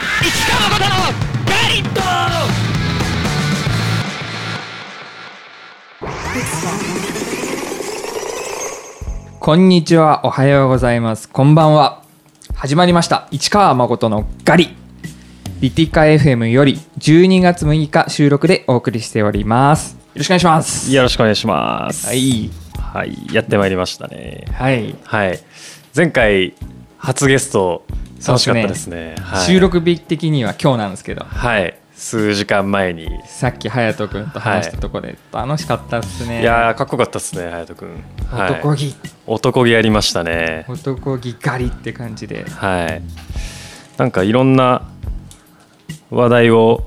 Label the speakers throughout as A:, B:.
A: のことのメリット
B: こんにちは、おはようございます。こんばんは。始まりました。市川誠のガリ。リティカ FM より12月6日収録でお送りしております。よろしくお願いします。
C: よろしくお願いします。
B: はい。
C: はい。やってまいりましたね。
B: はい。
C: はい。前回、初ゲスト、楽しかったですね。はい、
B: 収録日的には今日なんですけど、
C: はい。数時間前に。い
B: さっき隼人君と話したところで楽しかったっすね。
C: やー、かっこよかったですね、隼人君。はい、
B: 男気、
C: 男気やりましたね。
B: 男気ガリって感じで。
C: はい。なんかいろんな話題を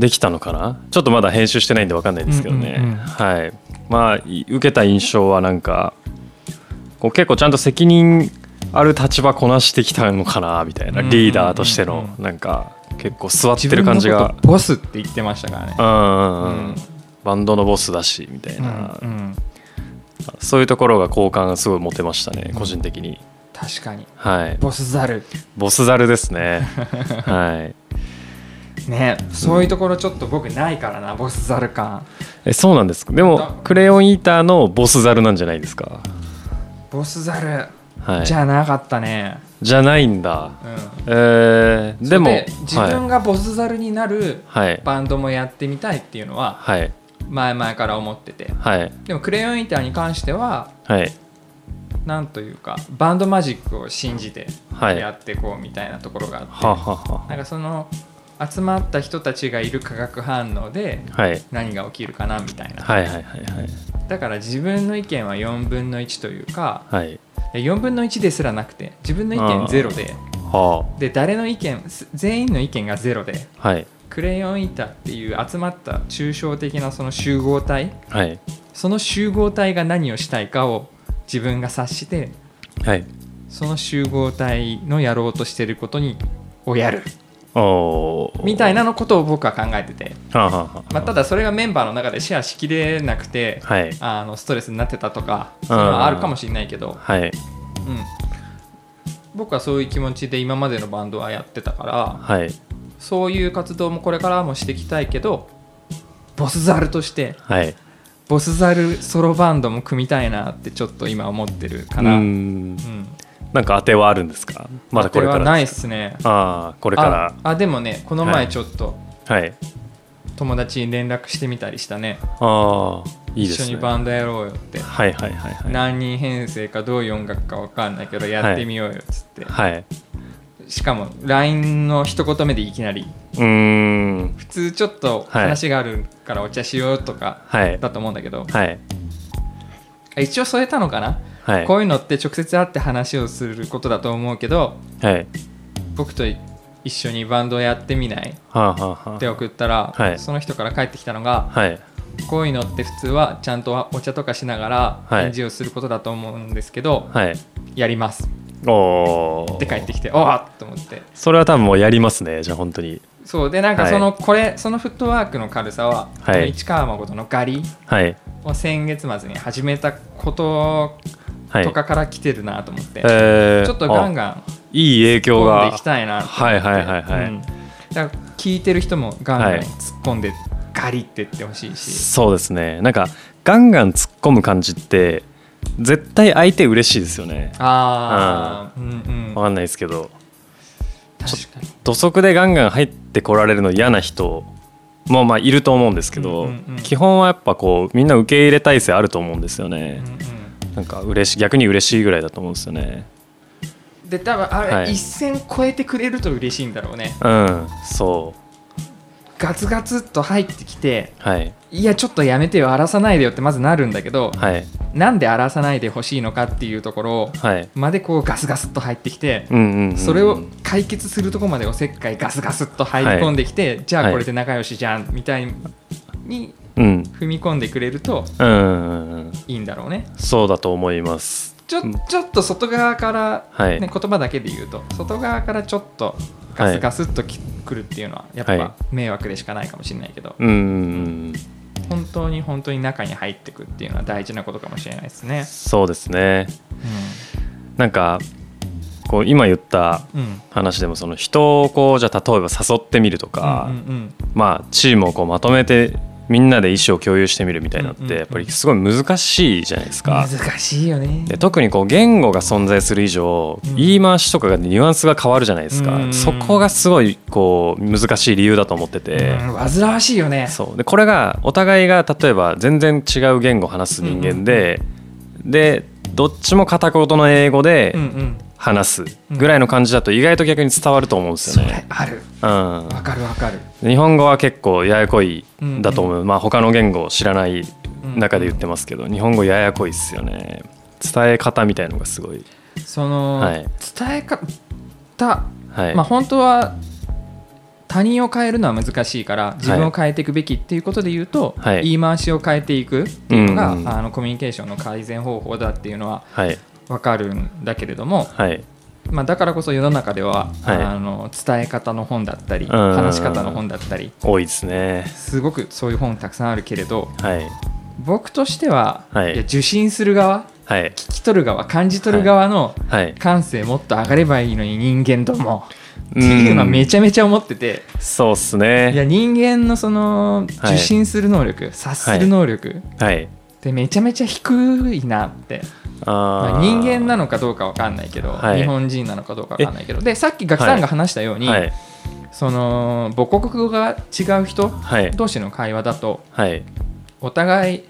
C: できたのかなちょっとまだ編集してないんでわかんないですけどね。
B: うんうんうん
C: はい。まあ、い受けた印象はなんか、こう結構ちゃんと責任ある立場こなしてきたのかなみたいな、
B: うん
C: リーダーとして
B: うん
C: の
B: うん、
C: なんか結構座ってる感じ
B: 自
C: が
B: 分の。ことボスって言ってましたからね。
C: うんうんうん
B: うん
C: バンドのボスだしみたいうな、
B: んうん
C: そういうところが好感がすごい持てましたね個人的に、
B: 確かに。
C: はい
B: ボスザル。
C: ボスザルですね はい
B: ね、そういうところちょっと僕ないからな、ボスザル感。
C: えそうなんですかで
B: だ
C: もクレヨンイーターのボスザルなんじゃないですか
B: ボスザル
C: はい
B: じゃなかったね。
C: じゃないんだ
B: うん
C: えーでも
B: 自分がボスザルになる
C: はい
B: バンドもやってみたいっていうのは
C: はい
B: 前々から思ってて。
C: はい
B: でもクレヨンイーターに関しては
C: はい
B: なんというかバンドマジックを信じて
C: はい
B: やってこうみたいなところがあって、
C: ははは
B: なんかその集まった人たちがいる化学反応で
C: はい
B: 何が起きるかなみたいな
C: はいはいはいはい
B: だから自分の意見は4分の1というか
C: はい
B: 4分の1ですらなくて自分の意見ゼロで
C: は
B: で誰の意見す全員の意見がゼロで
C: あはい
B: クレヨンイタっていう集まった抽象的なその集合体
C: はい
B: その集合体が何をしたいかを自分が察して
C: はい
B: その集合体のやろうとしてることにをやる
C: おー
B: みたいなのことを僕は考えてて、
C: はあはあはあ
B: まあ、ただそれがメンバーの中でシェアしきれなくて、
C: はい
B: あのストレスになってたとかそういうのはあるかもしれないけど、
C: はい
B: うん、僕はそういう気持ちで今までのバンドはやってたから
C: はい
B: そういう活動もこれからもしていきたいけどボスザルとして
C: はい
B: ボスザルソロバンドも組みたいなってちょっと今思ってるか
C: う
B: な、うん
C: んなんか当てはあるんですかまだこれか
B: は
C: ら
B: ない
C: で
B: ですすね
C: ああこれ
B: あ
C: か
B: あでもねこの
C: は
B: 前
C: い
B: ちょっと
C: らはい
B: 友達に連絡してみたりしたね
C: ああいいですね
B: 一緒にバンドやろうよって、
C: はいはいはいはい
B: 何人編成かどういう音楽か分かんないけどやってみようよっつって、
C: はい。
B: しかも LINE の一言目でいきなり
C: うーん。
B: 普通ちょっと話があるからお茶しようとか
C: はい。
B: だと思うんだけど、
C: はい。
B: 一応添えたのかな、
C: はい。
B: こういうのって直接会って話をすることだと思うけど
C: はい。
B: 僕と一緒にバンドやってみない
C: はあ、はあは
B: って送ったら、
C: はい
B: その人から返ってきたのが
C: あ、はい。
B: こういうのって普通はちゃんとお茶とかしながら
C: はい
B: 返事をすることだと思うんですけど、
C: はい。
B: やります
C: おー。
B: って返ってきておーっと思って
C: それは多分もうやりますね。じゃあ本当に。
B: そうでなんか
C: はい
B: その、これそのフットワークの軽さは、
C: はい
B: この市川誠のガリ
C: はい。
B: を先月末に始めたこと
C: はい。
B: とかから来てるなと思って、
C: えー
B: ちょっとガン
C: あ
B: ガン
C: いい影響
B: 突っ込んで
C: が
B: いき。たいなと思って
C: はいはいはいはい
B: うんだから聞いてる人もガンガン
C: はい
B: 突っ込んでガリってってほしいし、
C: そうですね。なんか、ガンガン突っ込む感じって、絶対相手嬉しいですよね。
B: ああうんうん
C: わかんないですけど、
B: 確かに
C: 土足でガンガン入ってこられるの嫌な人もまあいると思うんですけど、
B: うんうんうん
C: 基本はやっぱこうみんな受け入れ体制あると思うんですよね。
B: うん
C: なんか嬉しい逆に嬉しいぐらいだと思うんですよね
B: うんで多分あれ、
C: はい
B: 一線超えてくれると嬉しいんだろうね
C: うんそう
B: ガツガツっと入ってきて
C: はい
B: いやちょっとやめてよ荒らさないでよってまずなるんだけど
C: はい
B: なんで荒らさないでほしいのかっていうところ
C: はい
B: までこうガスガスっと入ってきて、
C: うんうんうんうん
B: それを解決するとこまでおせっかいガスガスっと入り込んできて、じゃあこれで仲良しじゃんみたいに
C: うん
B: 踏み込んでくれると
C: うんうんうん
B: いいんだろうね
C: そうだと思います
B: ちょ
C: うん
B: ちょっと外側から、
C: はい、
B: ね、言葉だけで言うと外側からちょっとガスガスっとき、くるっていうのはやっ
C: はい
B: ぱ迷惑でしかないかもしれないけど
C: うんうんうん
B: 本当に本当に中に入ってくっていうのは大事なことかもしれないですね。
C: そうですねなんかこう今言った
B: うん
C: 話でもその人をこうじゃあ例えば誘ってみるとか、
B: うんうん
C: まあ、チームをこうまとめてみんなで意思を共有してみるみたいなっ
B: うんうんう
C: て
B: ん
C: やっぱりすごい難しいじゃないですか
B: 難。しいよね
C: で特にこう言語が存在する以上、
B: うん
C: 言い回しとかがニュアンスが変わるじゃないですか、
B: うんうん
C: そこがすごいこう難しい理由だと思ってて、
B: うん煩わしいよね
C: そうでこれがお互いが例えば全然違う言語を話す人間で、でどっちも片言の英語で
B: うんうん
C: 話すぐらいの感じだと意外と逆に伝わると思うんです
B: そ
C: よね。
B: れある
C: うん、
B: わかるわかる
C: 日本語は結構ややこいだと思う、
B: う
C: まあ他の言語を知らない中で言ってますけど、日本語ややこいっすよね伝え方みたいのがすごい
B: その、
C: はい
B: 伝え方
C: はい、
B: まあ本当は他人を変えるのは難しいから自分を変えていくべきっていうことで言うと、
C: はい
B: 言い回しを変えていくっていうのが、
C: うんうん
B: あのコミュニケーションの改善方法だっていうのは
C: はい
B: 分かるんだけれども、
C: はい
B: まあ、だからこそ世の中では、
C: はい
B: あの伝え方の本だったり
C: んうんうん
B: 話し方の本だったり
C: 多いですね
B: すごくそういう本たくさんあるけれど
C: はい
B: 僕としては、
C: はい
B: いや受信する側
C: はい
B: 聞き取る側感じ取る側の
C: はい
B: 感性もっと上がればいいのに人間どもっていうのはめちゃめちゃ思ってて。
C: そうっす
B: いや
C: ね
B: 人間のその
C: はい
B: 受信する能力、察する能力
C: はい
B: ってめちゃめちゃ低いなって、ま
C: あ
B: あ
C: ー
B: 人間なのかどうかわかんないけど、
C: はい
B: 日本人なのかどうかわかんないけどでさっきガクさんが話したように、
C: はい
B: その母国語が違う人
C: はい
B: 同士の会話だと
C: はい
B: お互い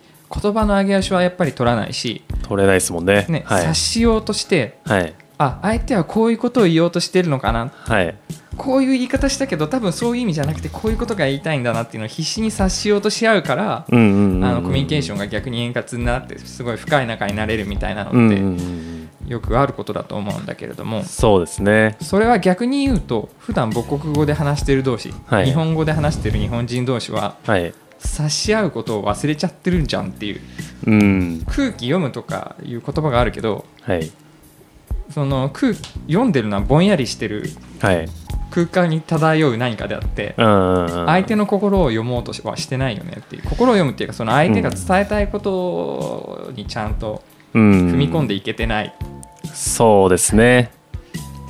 B: 言葉の上げ足はやっぱり取らないし、
C: 取れないですもんね
B: ね
C: はい
B: 察しようとして
C: はい
B: あ相手はこういうことを言おうとしてるのかな
C: はい
B: こういう言い方したけど多分そういう意味じゃなくてこういうことが言いたいんだなっていうのを必死に察しようとし合うから。
C: うんうんうん
B: あのコミュニケーシ
C: ョ
B: ョンが逆に円滑になってすごい深い仲になれるみたいな
C: う
B: のっ
C: んうんうん
B: て
C: うん
B: よくあることだと思うんだけれども
C: そうですね
B: それは逆に言うと普段母国語で話してる同士、
C: はい
B: 日本語で話してる日本人同士は
C: はい
B: 察し合うことを忘れちゃってるんじゃんっていう
C: うん
B: 空気読むとかいう言葉があるけど
C: はい
B: その空気読んでるのはぼんやりしてる
C: はい
B: 空間に漂う何かであって相
C: 相
B: 手の心を読もうとはしてないよねっていう心を読むっていうかその相手が伝えたいことにちゃんと
C: 踏
B: 踏み込ん
C: で、
B: でいけてない
C: そうですね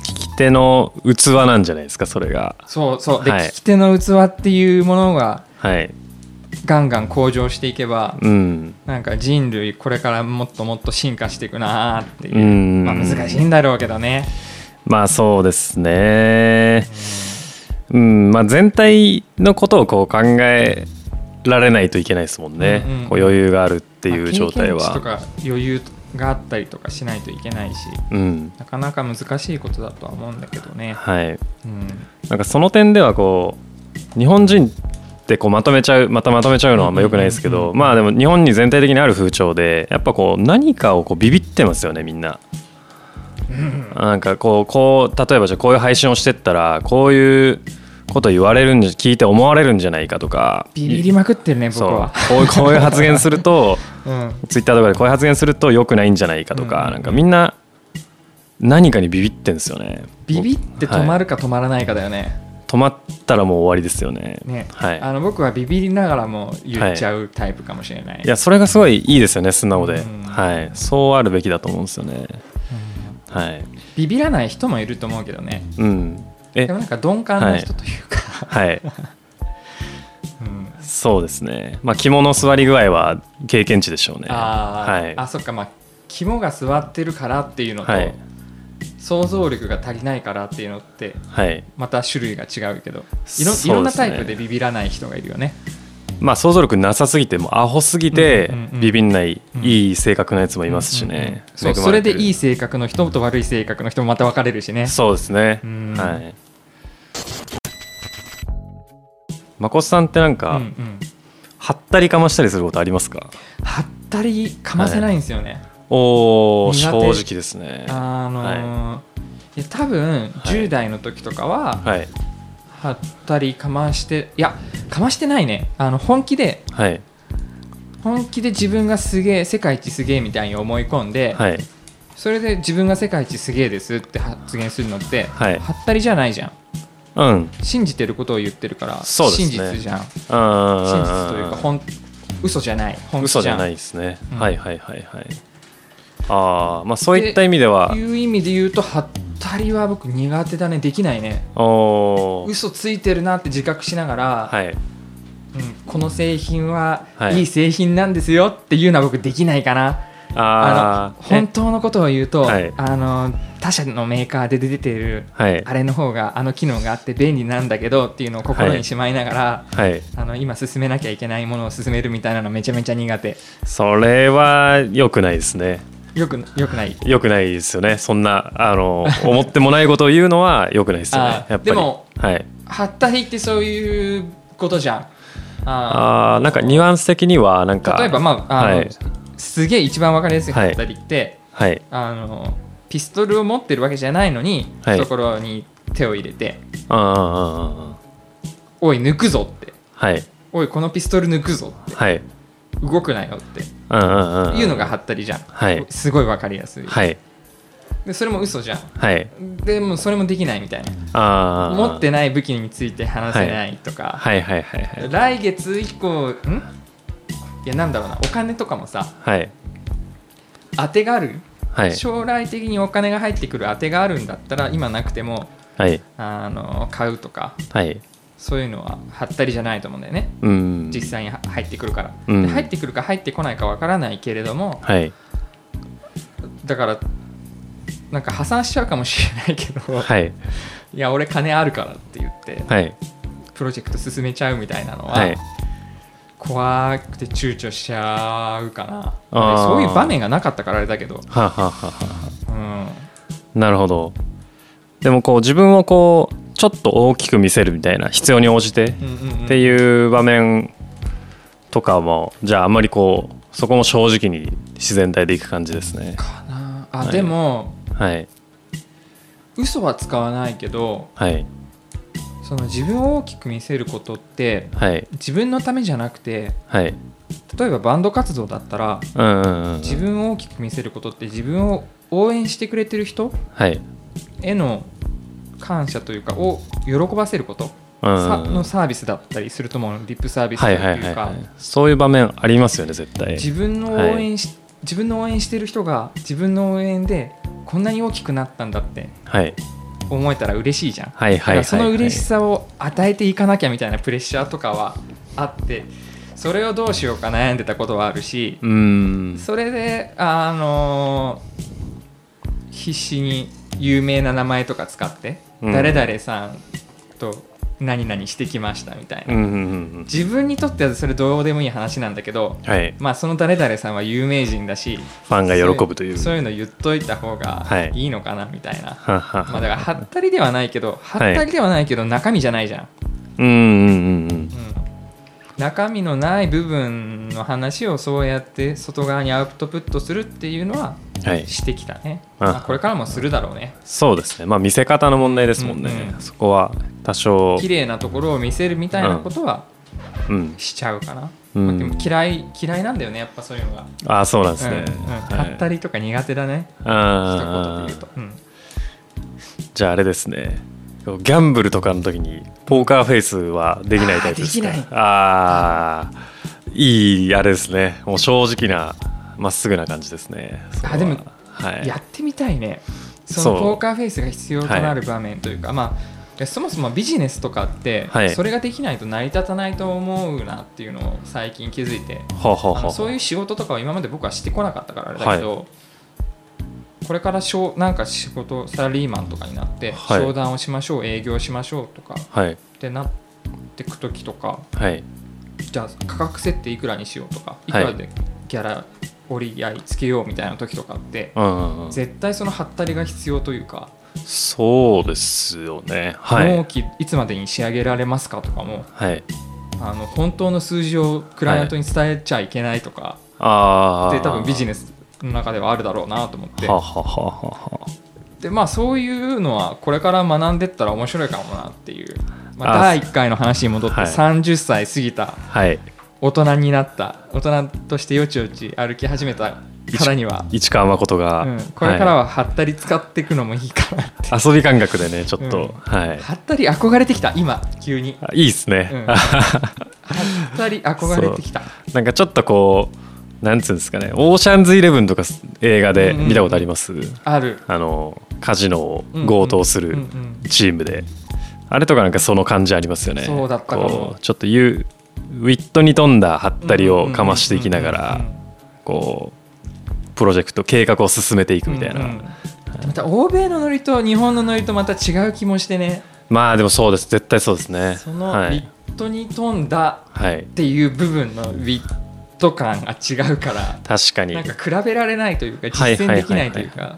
C: 聞き手の器なんじゃないですかそれが
B: そうそうで、
C: はい
B: 聞き手の器っていうものが
C: はい
B: ガンガン向上していけば
C: うん
B: なんか人類これからもっともっと進化していくなーっていう
C: う、ん
B: まあ、難しいんだろうけどね
C: まあそうですねうんまあ全体のことをこう考えられないといけないですもんね、
B: うんうん
C: こう余裕があるっていう状態
B: まあ経験値
C: は、
B: とか余裕があったりとかしないといけないし
C: うん
B: なかなか難しいことだとは思うんだけどね、
C: はい
B: うん、
C: なんかその点ではこう日本人ってこうまとめちゃうまたまとめちゃうのはあんま良くないですけ
B: うんうん
C: ど
B: うん
C: まあでも日本に全体的にある風潮でやっぱこう何かをこうビビってますよねみんな。なんかこうこう例えばじゃあこういう配信をしてったらこういうこと言われるんじゃ聞いて思われるんじゃないかとか
B: ビビりまくってるね僕
C: そう
B: は
C: こういうこういう発言すると
B: う、ん、
C: ツイッターとかでこういう発言すると良くないんじゃないかと
B: うんう
C: か
B: ん
C: なんかみんな何かにビビってんですよね。
B: ビビって止まるか止まらないかだよね、
C: 止まったらもう終わりですよね。
B: ね
C: はい、
B: あの僕はビビりながらも言っちゃうタイプかもしれない、
C: いやそれがすごいいいですよね素直で、
B: うん
C: はい、そうあるべきだと思うんですよね、はい
B: ビビらない人もいると思うけどね
C: うんえ
B: でもなんか鈍感な人というか、
C: はい
B: うん
C: そうですねまあ肝の座り具合は経験値でしょうね
B: あー、
C: はい
B: あそっかまあ肝が座ってるからっていうのと、
C: はい
B: 想像力が足りないからっていうのって
C: はい
B: また種類が違うけどい
C: そ
B: ろ,、
C: うです
B: い
C: ね
B: ろんなタイプでビビらない人がいるよね
C: まあ想像力なさすぎてもうアホすぎて
B: うんうんうん
C: ビビんない、
B: うん
C: いい性格なやつもいますしね、
B: うんうんそう
C: 恵
B: そ
C: ま
B: れ
C: て
B: で
C: る
B: いい性格の人と悪い性格の人もまた分かれるしね
C: そうですね
B: うん
C: はい誠さんってなん
B: う
C: か、
B: んうん
C: はったりかましたりすることありますか
B: はったりかませないんですよね、
C: おお
B: 苦手
C: 正直ですね
B: あのーいや多分10代の時とかは、
C: はい
B: はったりかましていやかましてないねあの本気で
C: はい
B: 本気で自分がすげえ世界一すげえみたいに思い込んで、
C: はい
B: それで自分が世界一すげえですって発言するのって、
C: はい
B: ったりじゃないじゃん
C: うん
B: 信じてることを言ってるから、
C: そうですね
B: 真実じゃん真
C: あー
B: 実というか本嘘じゃない本気じ
C: 嘘
B: ゃん
C: じゃないですね、
B: うん
C: はいはいはいはいああまあそういった意味では
B: いう意味で言うとはっ二人は僕苦手だねできないね
C: おー
B: 嘘ついてるなって自覚しながら、
C: はい
B: うんこの製品は
C: はい
B: いい製品なんですよっていうのは僕できないかな、
C: あ
B: あの
C: ー
B: 本当のことを言うと、
C: はい
B: あの他社のメーカーで出てる
C: はい
B: あれの方があの機能があって便利なんだけどっていうのを心にしまいながら、
C: はい
B: あの今進めなきゃいけないものを進めるみたいなのめちゃめちゃ苦手
C: それは良くないですね
B: よくよくない
C: 良くないですよねそんなあの思ってもないことを言うのは良くないですよね
B: あ
C: やっぱ
B: ー
C: り
B: でも
C: はい
B: はったりってそういうことじゃんあ
C: あーなんかニュアンス的にはなんか
B: ー例えばまああの、
C: はい
B: すげえ一番わかりやすいはったりって、
C: はい
B: あのピストルを持ってるわけじゃないのに、
C: はい
B: ところに手を入れて
C: あーあーあーあ
B: 「おい抜くぞ」って
C: ーはい
B: 「おいこのピストル抜くぞ」って
C: はい
B: 「動くなよ」って
C: うんうんうん
B: いうのがはったりじゃん、
C: はい
B: すごいわかりやすい、
C: はい
B: でそれも嘘じゃん
C: はい
B: でもうそれもできないみたいな
C: ああ
B: 持ってない武器について話せないとか、
C: はいはいはいはい
B: 来月以降んいやなんだろうなお金とかもさ
C: はい
B: 当てがある、
C: はい
B: 将来的にお金が入ってくる当てがあるんだったら今なくても
C: はい
B: あの買うとか
C: はい
B: そういうのははったりじゃないと思うんだよね
C: うん
B: 実際には入ってくるから、
C: うん
B: で入ってくるか入ってこないかわからないけれども
C: はい
B: だからなんか破産しちゃうかもしれないけど、
C: はい
B: いや俺金あるからって言って
C: はい
B: プロジェクト進めちゃうみたいなのは、
C: はい
B: 怖くて躊躇しちゃうかな
C: あー
B: そういう場面がなかったからあれだけど、
C: はあはあはあはあ
B: うん、
C: なるほどでもこう自分をこうちょっと大きく見せるみたいな必要に応じて
B: うんうんうん
C: っていう場面とかもじゃああんまりこうそこも正直に自然体でいく感じですね
B: かなあ、
C: はい
B: でも
C: はい
B: 嘘は使わないけど
C: はい
B: その自分を大きく見せることって
C: はい
B: 自分のためじゃなくて
C: はい
B: 例えばバンド活動だったら
C: うんうんうん
B: 自分を大きく見せることって自分を応援してくれてる人
C: はい
B: への感謝というかを喜ばせること
C: うんうん
B: さ
C: うん
B: のサービスだったりすると思うのリップサービスと
C: はいいう
B: か、
C: はいはいはいそういう場面ありますよね絶対
B: 自分の応援し、自分の応援してる人が自分の応援でこんなに大きくなったんだって
C: はい
B: 思えたら嬉しいじゃん、
C: はいはいはい
B: だか
C: は
B: ら
C: い
B: その嬉しさを与えていかなきゃみたいなプレッシャーとかはあってそれをどうしようか悩んでたことはあるし
C: うーん
B: それであのー必死に有名な名前とか使って、
C: うん
B: 誰々さんと何々してきましたみたいな、
C: うんうんうん
B: 自分にとってはそれどうでもいい話なんだけど
C: うんはい
B: まあその誰々さんは有名人だしフ
C: ァンが喜ぶという
B: そういうの言っといた方が
C: はい
B: いいのかなみたいな、
C: はっはっ
B: まあだ
C: は
B: からはったりではないけどはったりではないけど中身じゃないじゃん、
C: うんうんうんうん
B: うん、中身のない部分の話をそうやって外側にアウトプットするっていうのは
C: はい
B: してきたね、
C: あ
B: まあこれからもするだろうね
C: そうですねまあ見せ方の問題ですもんね、
B: うんうん
C: そこは多少
B: 綺麗なところを見せるみたいなことは
C: うん
B: しちゃうかな、
C: うん
B: まあでも嫌い嫌いなんだよねやっぱそういうのが、
C: ああそうなんです
B: うんう
C: ね
B: ん、
C: は
B: はっ
C: い
B: たりとか苦手だね一言
C: あ
B: で言う
C: ー
B: と、うん
C: じゃああれですねギャンブルとかの時にポーカーフェイスはできないタイプですか
B: あーでき
C: あーいいあれですねもう正直なまっすぐな感じですねそれは
B: あでも
C: はい
B: やってみたいねその
C: そう
B: ポーカーフェイスが必要となる場面というか、まあいやそもそもビジネスとかって、
C: はい
B: それができないと成り立たないと思うなっていうのを最近気づいて
C: ほうほう
B: あ
C: ほ
B: の
C: う
B: そういう仕事とかは今まで僕はしてこなかったからあれだけど、これからしょうなんか仕事サラリーマンとかになって、
C: はい
B: 商談をしましょう営業しましょうとかっ
C: はい
B: てなってく時とか
C: はい
B: じゃあ価格設定いくらにしようとかいくらでギャラ折り合いつけようみたいな時とかって、
C: うんうんうん
B: 絶対そのハったりが必要というか、
C: そうですよねは
B: 納
C: い
B: 期いつまでに仕上げられますかとかも
C: はい
B: あの本当の数字をクライアントに伝えちゃいけないとか、
C: ああ
B: で多分ビジ
C: ネ
B: ネスの中ではあるだろうなと思って
C: ははははは
B: でまあそういうのはこれから学んでったら面白いかもなっていう、まあ、
C: あ
B: 第1回の話に戻っ
C: は
B: て
C: い
B: 30歳過ぎた
C: はい
B: 大人になった大人としてよちよち歩き始めたからには、
C: 市川誠が、
B: うん、これから
C: は
B: ははったり使っていくのもいいかなって。
C: い遊び感覚でねちょっと、
B: うん
C: はい
B: はったり憧れてきた今急に
C: あいいですね、
B: うん はったり憧れてきた
C: なんかちょっとこうなんつうんですかねオーシャンズイレブンとかす映画で見たことあります、
B: ある
C: あのカジノを強盗す
B: うんう
C: る
B: んうん
C: チームであれとかなんかその感じありますよね
B: そうだったかも
C: こうちょっとゆウィットに富んだハッタリをかましていきなが
B: うんう
C: ら
B: んうんうん
C: こうプロジェクト計画を進めていくみたいな、
B: うんうんまた欧米のノリと日本のノリとまた違う気もしてね
C: まあでもそうです絶対そうですね
B: その
C: は
B: ウィ
C: い、
B: ットに富んだ
C: はい
B: っ、ていう部分のウィット感が違うから
C: 確かに
B: なんか比べられないというか
C: はい
B: 実践できないというか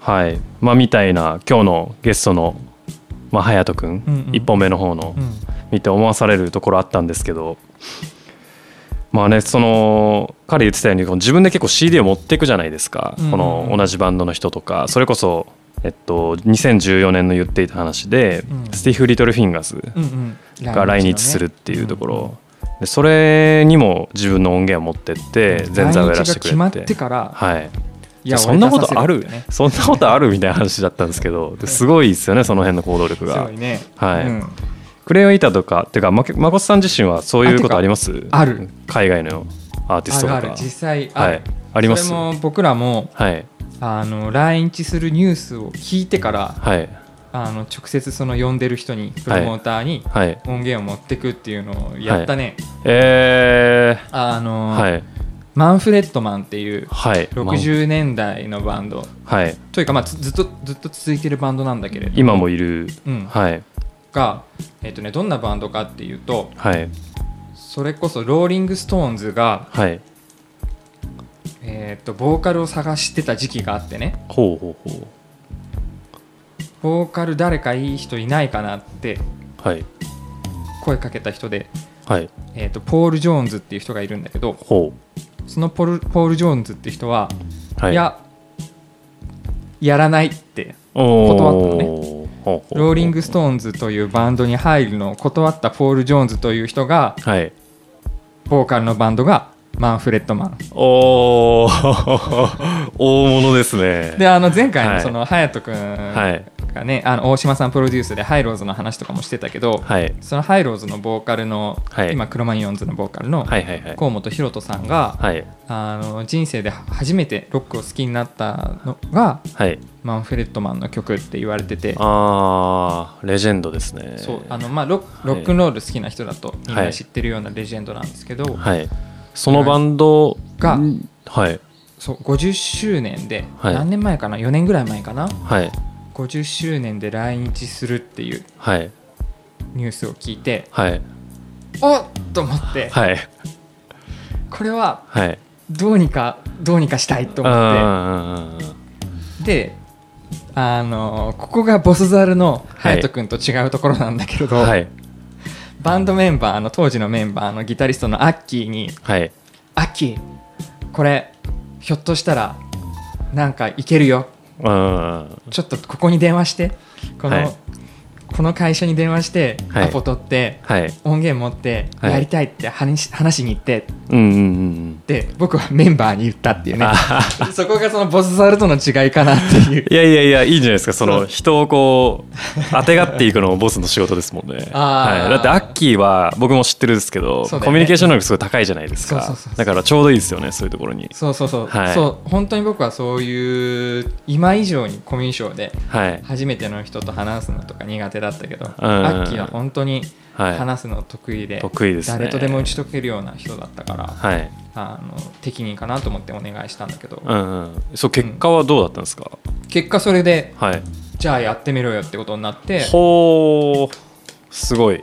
C: はいまあみたいな今日のゲストのまあ隼人君、
B: うんうん
C: 1本目の方の
B: うん
C: 見て思わされるところあったんですけどまあねその彼言ってたようにこの自分で結構 CD を持っていくじゃないですか、
B: うんうん
C: この同じバンドの人とかそれこそ、えっと、2014年の言っていた話で、
B: うん
C: スティフ・リトル・フィンガーズ
B: うんうん
C: が来日するっていうところ、でそれにも自分の音源を持ってって前座をやらせてくれて。
B: 来日が決まってから
C: はい
B: いや
C: そんなことあ
B: 俺
C: る、
B: 出させってね
C: そんなことあるみたいな話だったんですけどですごいですよねその辺の行動力
B: す
C: が
B: ごいね
C: はい
B: うん
C: クレヨンイタとかっていうかままこさん自身はそういうことあります
B: ある
C: 海外のアーティス
B: あ
C: ト
B: る
C: とか
B: ある実際あ
C: は
B: る
C: いあります
B: それ
C: は
B: も僕らも
C: い
B: あの来日するニュースを聞いてから
C: はい
B: あの直接その呼んでる人にプロモーターに
C: はい
B: 音源を持ってくっていうのをやったね、
C: え
B: あの
C: ー、はい
B: マンフレッドマンっていう
C: はい
B: 60年代のバンド
C: はい
B: というか、まあ、ずずっとずっと続いてるバンドなんだけれど
C: 今もいる、
B: うん
C: はい
B: が、えっとね、どんなバンドかっていうと
C: はい
B: それこそローリング・ストーンズが、
C: はい
B: えっとボーカルを探してた時期があってね
C: ほうほうほ
B: ボーカル誰かいい人いないかなって
C: うはい
B: 声かけた人で、
C: はい
B: えっとポール・ジョーンズっていう人がいるんだけど
C: ほ
B: そのポルポール・ジョーンズって人は、
C: うはい
B: い、ややらないって
C: 断
B: 断ったのねローリング・ストーンズというバンドに入るのを断ったポール・ジョーンズという人が
C: はい
B: ボーカルのバンドがマンフレッドマン
C: おー 大物ですね
B: であの前回
C: は
B: の
C: い
B: その隼人君
C: はい
B: がね、あの大島さんプロデュースでハイローズの話とかもしてたけど、
C: はい
B: そのハイローズのボーカルの、
C: はい
B: 今クロマニヨンズのボーカルの
C: はいはいはい
B: 河本大翔さんが、
C: はい
B: あの人生で初めてロックを好きになったのが
C: はい
B: マンフレッドマンの曲って言われてて
C: あーレジェンドですね
B: そうあのまあロッロックンロール好きな人だとみんな知ってるようなレジェンドなんですけど、
C: はいそのバンド
B: が
C: はい
B: そう50周年で、
C: はい
B: 何年前かな4年ぐらい前かな
C: はい
B: 50周年で来日するっていう
C: はい
B: ニュースを聞いて
C: はい
B: おっと思って
C: はい
B: これは
C: はい
B: どうにかどうにかしたいと思っ
C: あー
B: てであのここがボスザルの隼人君と違うところなんだけれど、
C: はい
B: バンドメンバーの当時のメンバーのギタリストのアッキーに
C: はい
B: 「アッキーこれひょっとしたらなんかいけるよ
C: うん
B: ちょっとここに電話してこの,、
C: はい
B: この会社に電話して、
C: はい
B: アポ取って
C: はい
B: 音源持って
C: はい
B: やりたいって話し,、話しに行ってっ
C: うんうんうん
B: て僕はメンバーに言ったっていうね
C: あはは
B: そこがそのボスザルとの違いかなって いう
C: いやいやいやいいんじゃないですかそ
B: そう
C: の人をこう 当てがっていくのもボスの仕事ですもんね、
B: あー
C: はい、だってアッキーは僕も知ってるんですけど、
B: そうだよね
C: コミュニケーション能力すごい高いじゃないですか
B: そうそうそうそう
C: だからちょうどいいですよねそういうところに
B: そうそうそう,、
C: はい
B: そう本当に僕はそういう今以上にコミュ障で
C: はい
B: 初めての人と話すのとか苦手だったけど、
C: うんうんうん
B: アッキーは本当に
C: はい
B: 話すの得意で,、
C: 得意ですね
B: 誰とでも打ち解けるような人だったから、
C: はい
B: あの適任かなと思ってお願いしたんだけど、
C: うんうんそう結果はどうだったんですか、
B: 結果それで
C: はい
B: じゃあやってみろよってことになって
C: ほうすごい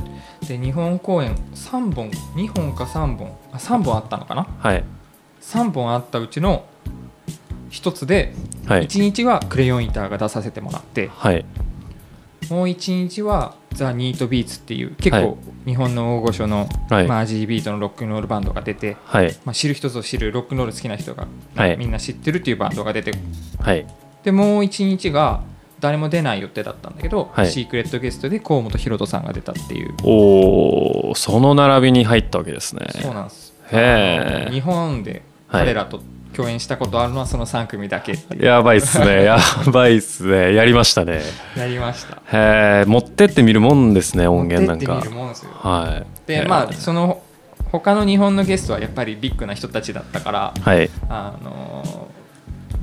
B: で日本公演3本2本か3本あ3本あったのかな
C: はい
B: 3本あったうちの1つで
C: はい
B: 1日はクレヨンイターが出させてもらって
C: はい
B: もう1日はザ・ニートビーツっていう結
C: はい
B: 構日本の大御所の、
C: はい
B: まあ、ジービートのロックンロールバンドが出て、
C: はい
B: まあ、知る人ぞ知るロックンロール好きな人が、
C: はい
B: みんな知ってるっていうバンドが出て
C: はい
B: でもう1日が誰も出ない予定だったんだけど、
C: はい
B: シークレットゲストで河本大翔さんが出たっていう
C: おーその並びに入ったわけですね
B: そうなんです
C: へー
B: 日本で彼らと共演したことあるのはその3組だけっていう
C: やばいっすねやばいっすねやりましたね
B: やりました
C: へえ持ってってみるもんですね音源なん
B: 持
C: か
B: ってってみるもんですよ
C: はい
B: で
C: へー
B: まあその他の日本のゲストはやっぱりビッグな人たちだったから
C: はい
B: あのー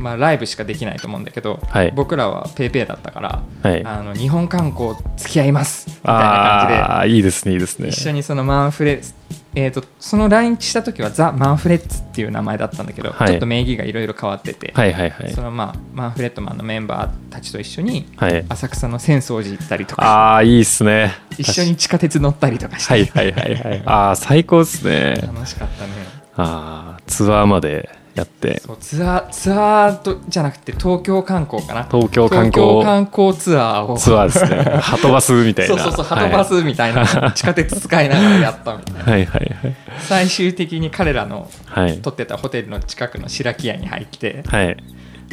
B: まあ、ライブしかできないと思うんだけど、
C: はい
B: 僕らはペイペイだったから、
C: はい
B: あの日本観光付き合いますみたいな
C: あ
B: 感
C: あーいいですねいいです
B: じ
C: ね
B: で一緒にそのマンフレッツ、えー、とその来日した時はザ・マンフレッツっていう名前だったんだけど、
C: はい
B: ちょっと名義がいろいろ変わってて、
C: はいはいはい
B: そのまあ、マンフレットマンのメンバーたちと一緒に
C: はい
B: 浅草の浅草寺行ったりとか
C: ああいいっすね
B: 一緒に地下鉄乗ったりとかして、
C: はいはいはいはいああ最高っすね
B: 楽しかったね
C: ああツアーまでやって
B: そうツアーツアーとじゃなくて東京観光かな
C: 東京観光
B: 東京観光ツアーを
C: ツアーです ねハトバスみたいな
B: そうそうそう、ハトバスみたいな、地下鉄使いながらやったみたいな。
C: はいはいはい
B: 最終的に彼らの
C: はい
B: 取ってたホテルの近くの白木屋に入って、
C: はい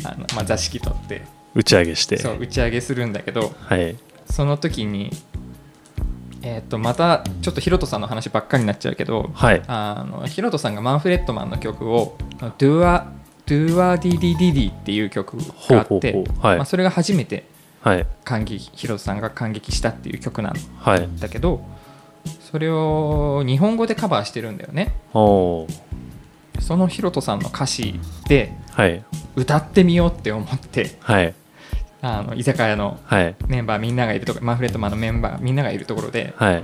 B: あのまあ、座敷取って、
C: 打ち上げして
B: そう、打ち上げするんだけど、
C: はい
B: その時に、えっ、と、また、ちょっとヒロトさんの話ばっかりになっちゃうけど、
C: はい
B: あのヒロトさんがマンフレッドマンの曲を「Do a Do a D D D D」っていう曲があ
C: ほ
B: っ
C: うほう
B: て
C: ほうはい
B: まあそれが初めて
C: はい
B: 感激ヒロトさんが感激したっていう曲なん
C: はい
B: だけどそれを日本語でカバーしてるんだよね
C: おおー
B: そのヒロトさんの歌詞で
C: はい
B: 歌ってみようって思って
C: はい
B: あの居酒屋の
C: はい
B: メンバーみんながいるとこマンフレットマンのメンバーみんながいるところで
C: はい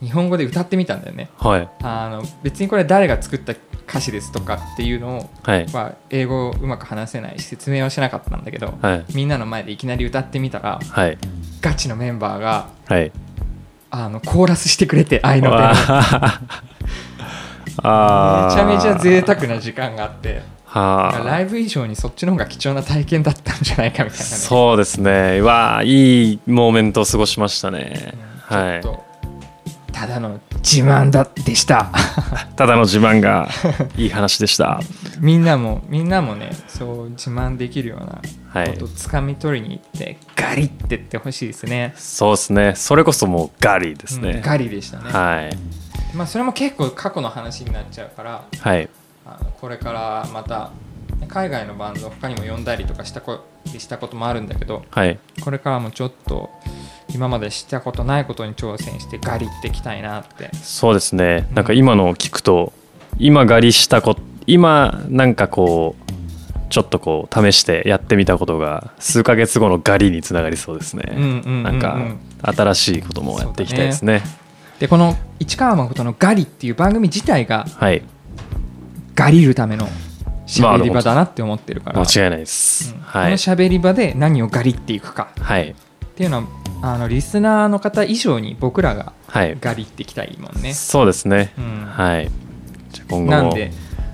B: 日本語で歌ってみたんだよね
C: はい
B: あの別にこれは誰が作った歌詞ですとかっていうのを
C: はい
B: は英語をうまく話せないし説明はしなかったんだけど、
C: はい
B: みんなの前でいきなり歌ってみたら
C: はい
B: ガチのメンバーが
C: はい
B: あのコーラスしてくれて愛の手
C: わ
B: めち
C: ああー
B: ゃめちゃ贅沢な時間があって
C: はあ
B: ライブ以上にそっちの方が貴重な体験だったんじゃないかみたいなね、
C: そうですねうわあいいモーメントを過ごしましたね、は
B: ちょっ
C: い
B: とただの自慢だでした
C: ただの自慢がいい話で した
B: みんなもみんなもねそう自慢できるような
C: はい
B: ことをつかみ取りに行ってガリってってほしいですね
C: そうですねそれこそもうガリです
B: うん
C: ね、
B: ガリでしたね、
C: はい
B: まあ、それも結構過去の話になっちゃうから
C: はい
B: あのこれからまた海外のバンドを他にも呼んだりとかしたこしたこともあるんだけど
C: はい
B: これからもちょっと今までしたことないことに挑戦してガリってきたいなって
C: そうですねなんか今のを聞くと今ガリしたこと今なんかこうちょっとこう試してやってみたことが数ヶ月後のガリにつながりそうですね、
B: うんうんうんうん
C: なんか新しいこともやっていきたいですね
B: でこの市川誠の「ガリ」っていう番組自体が
C: はい
B: ガリるためのしゃべり場だなって思ってるから、
C: 間違いないです、
B: うん
C: は
B: こ
C: い
B: のしゃべり場で何をガリっていくか
C: はい
B: っていうのはあのリスナーの方以上に僕らが
C: はい
B: ガリっていきたいもんね。
C: そうですね、
B: うん
C: はいじゃあ今後も
B: なんで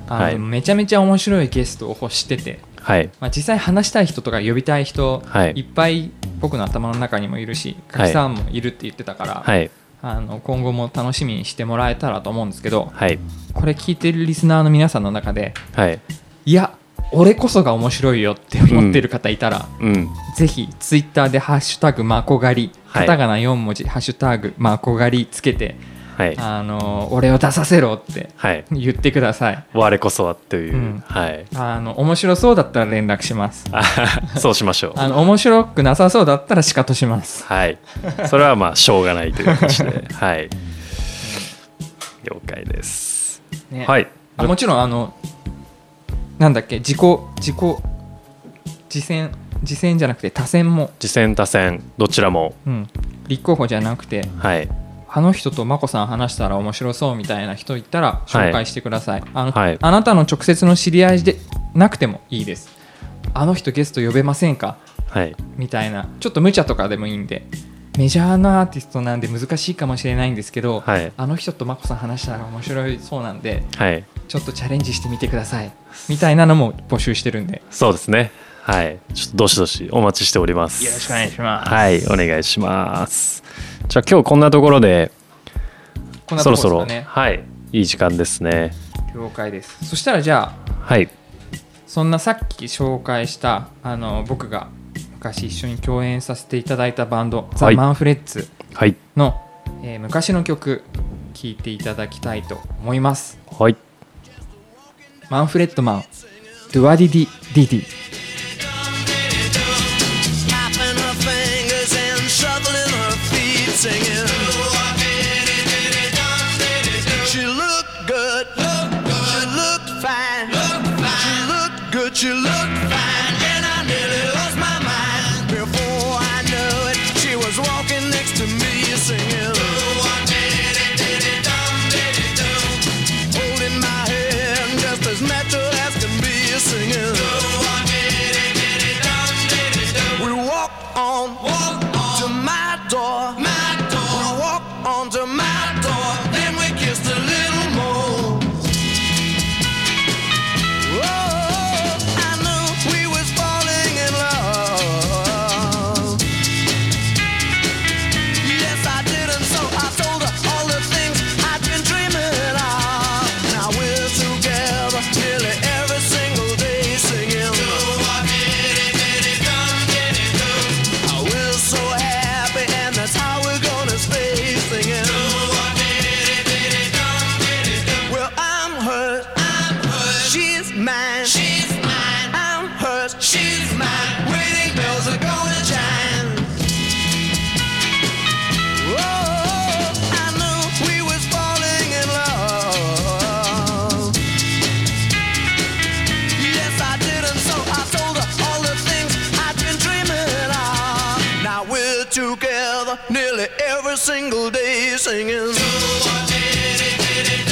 B: あの、
C: はい
B: めちゃめちゃ面白いゲストを欲してて、
C: はい
B: まあ、実際話したい人とか呼びたい人、
C: はい
B: っぱい僕の頭の中にもいるし
C: はい
B: たさんもいるって言ってたから、
C: はい
B: あの今後も楽しみにしてもらえたらと思うんですけど
C: はい
B: これ聞いてるリスナーの皆さんの中で
C: はい
B: いや俺こそが面白いよって思ってる方いたら、
C: うん
B: ぜひツイッターで「ハッシュタグマコガリ」
C: は
B: カ
C: い
B: タカナ4文字「ハッシュタグマコガリ」つけて、
C: はい
B: あの俺を出させろって
C: はい
B: 言ってください。
C: 我こそはという、
B: うん
C: はい
B: あの面白そうだったら連絡します
C: あそうしましょう
B: あの面白くなさそうだったらシカトします
C: はいそれはまあしょうがないという感じではい了解です、
B: ね
C: はい
B: あもちろんあのなんだっけ自己自己自選自選じゃなくて他選も、
C: 次戦他戦どちらも
B: うん、立候補じゃなくて
C: はい
B: あの人と眞子さん話したら面白そうみたいな人いたら紹介してください、あの
C: はい
B: あなたの直接の知り合いでなくてもいいですあの人ゲスト呼べませんか
C: はい
B: みたいなちょっと無茶とかでもいいんでメジャーなアーティストなんで難しいかもしれないんですけど、
C: はい
B: あの人と眞子さん話したら面白いそうなんで
C: はい
B: ちょっとチャレンジしてみてくださいみたいなのも募集してるんでよ
C: そうですねはいちょっとどしどしお待ちしております
B: ろしくお願いします、
C: はいお願いしますじゃあ今日こんなところで
B: こんな
C: そ
B: と
C: ろ
B: こ
C: そ
B: ろ
C: ろ、
B: ですかね
C: はいいい時間ですね
B: 了解ですそしたらじゃあ
C: はい
B: そんなさっき紹介したあの僕が昔一緒に共演させていただいたバンド、
C: は
B: ザ・
C: い
B: マンフレッツ
C: はい
B: の、えー昔の曲聴いていただきたいと思います
C: はい
B: マンフレットマンドゥアディディディディ
D: Tapping her fingers and shuffling her feet, singing. She looked good. first. She's mine. Waiting bells are gonna chime. Oh, I knew we was falling in love. Yes, I did, and so I told her all the things I've been dreaming of. Now we're together nearly every single day singing. Do what did it, did it,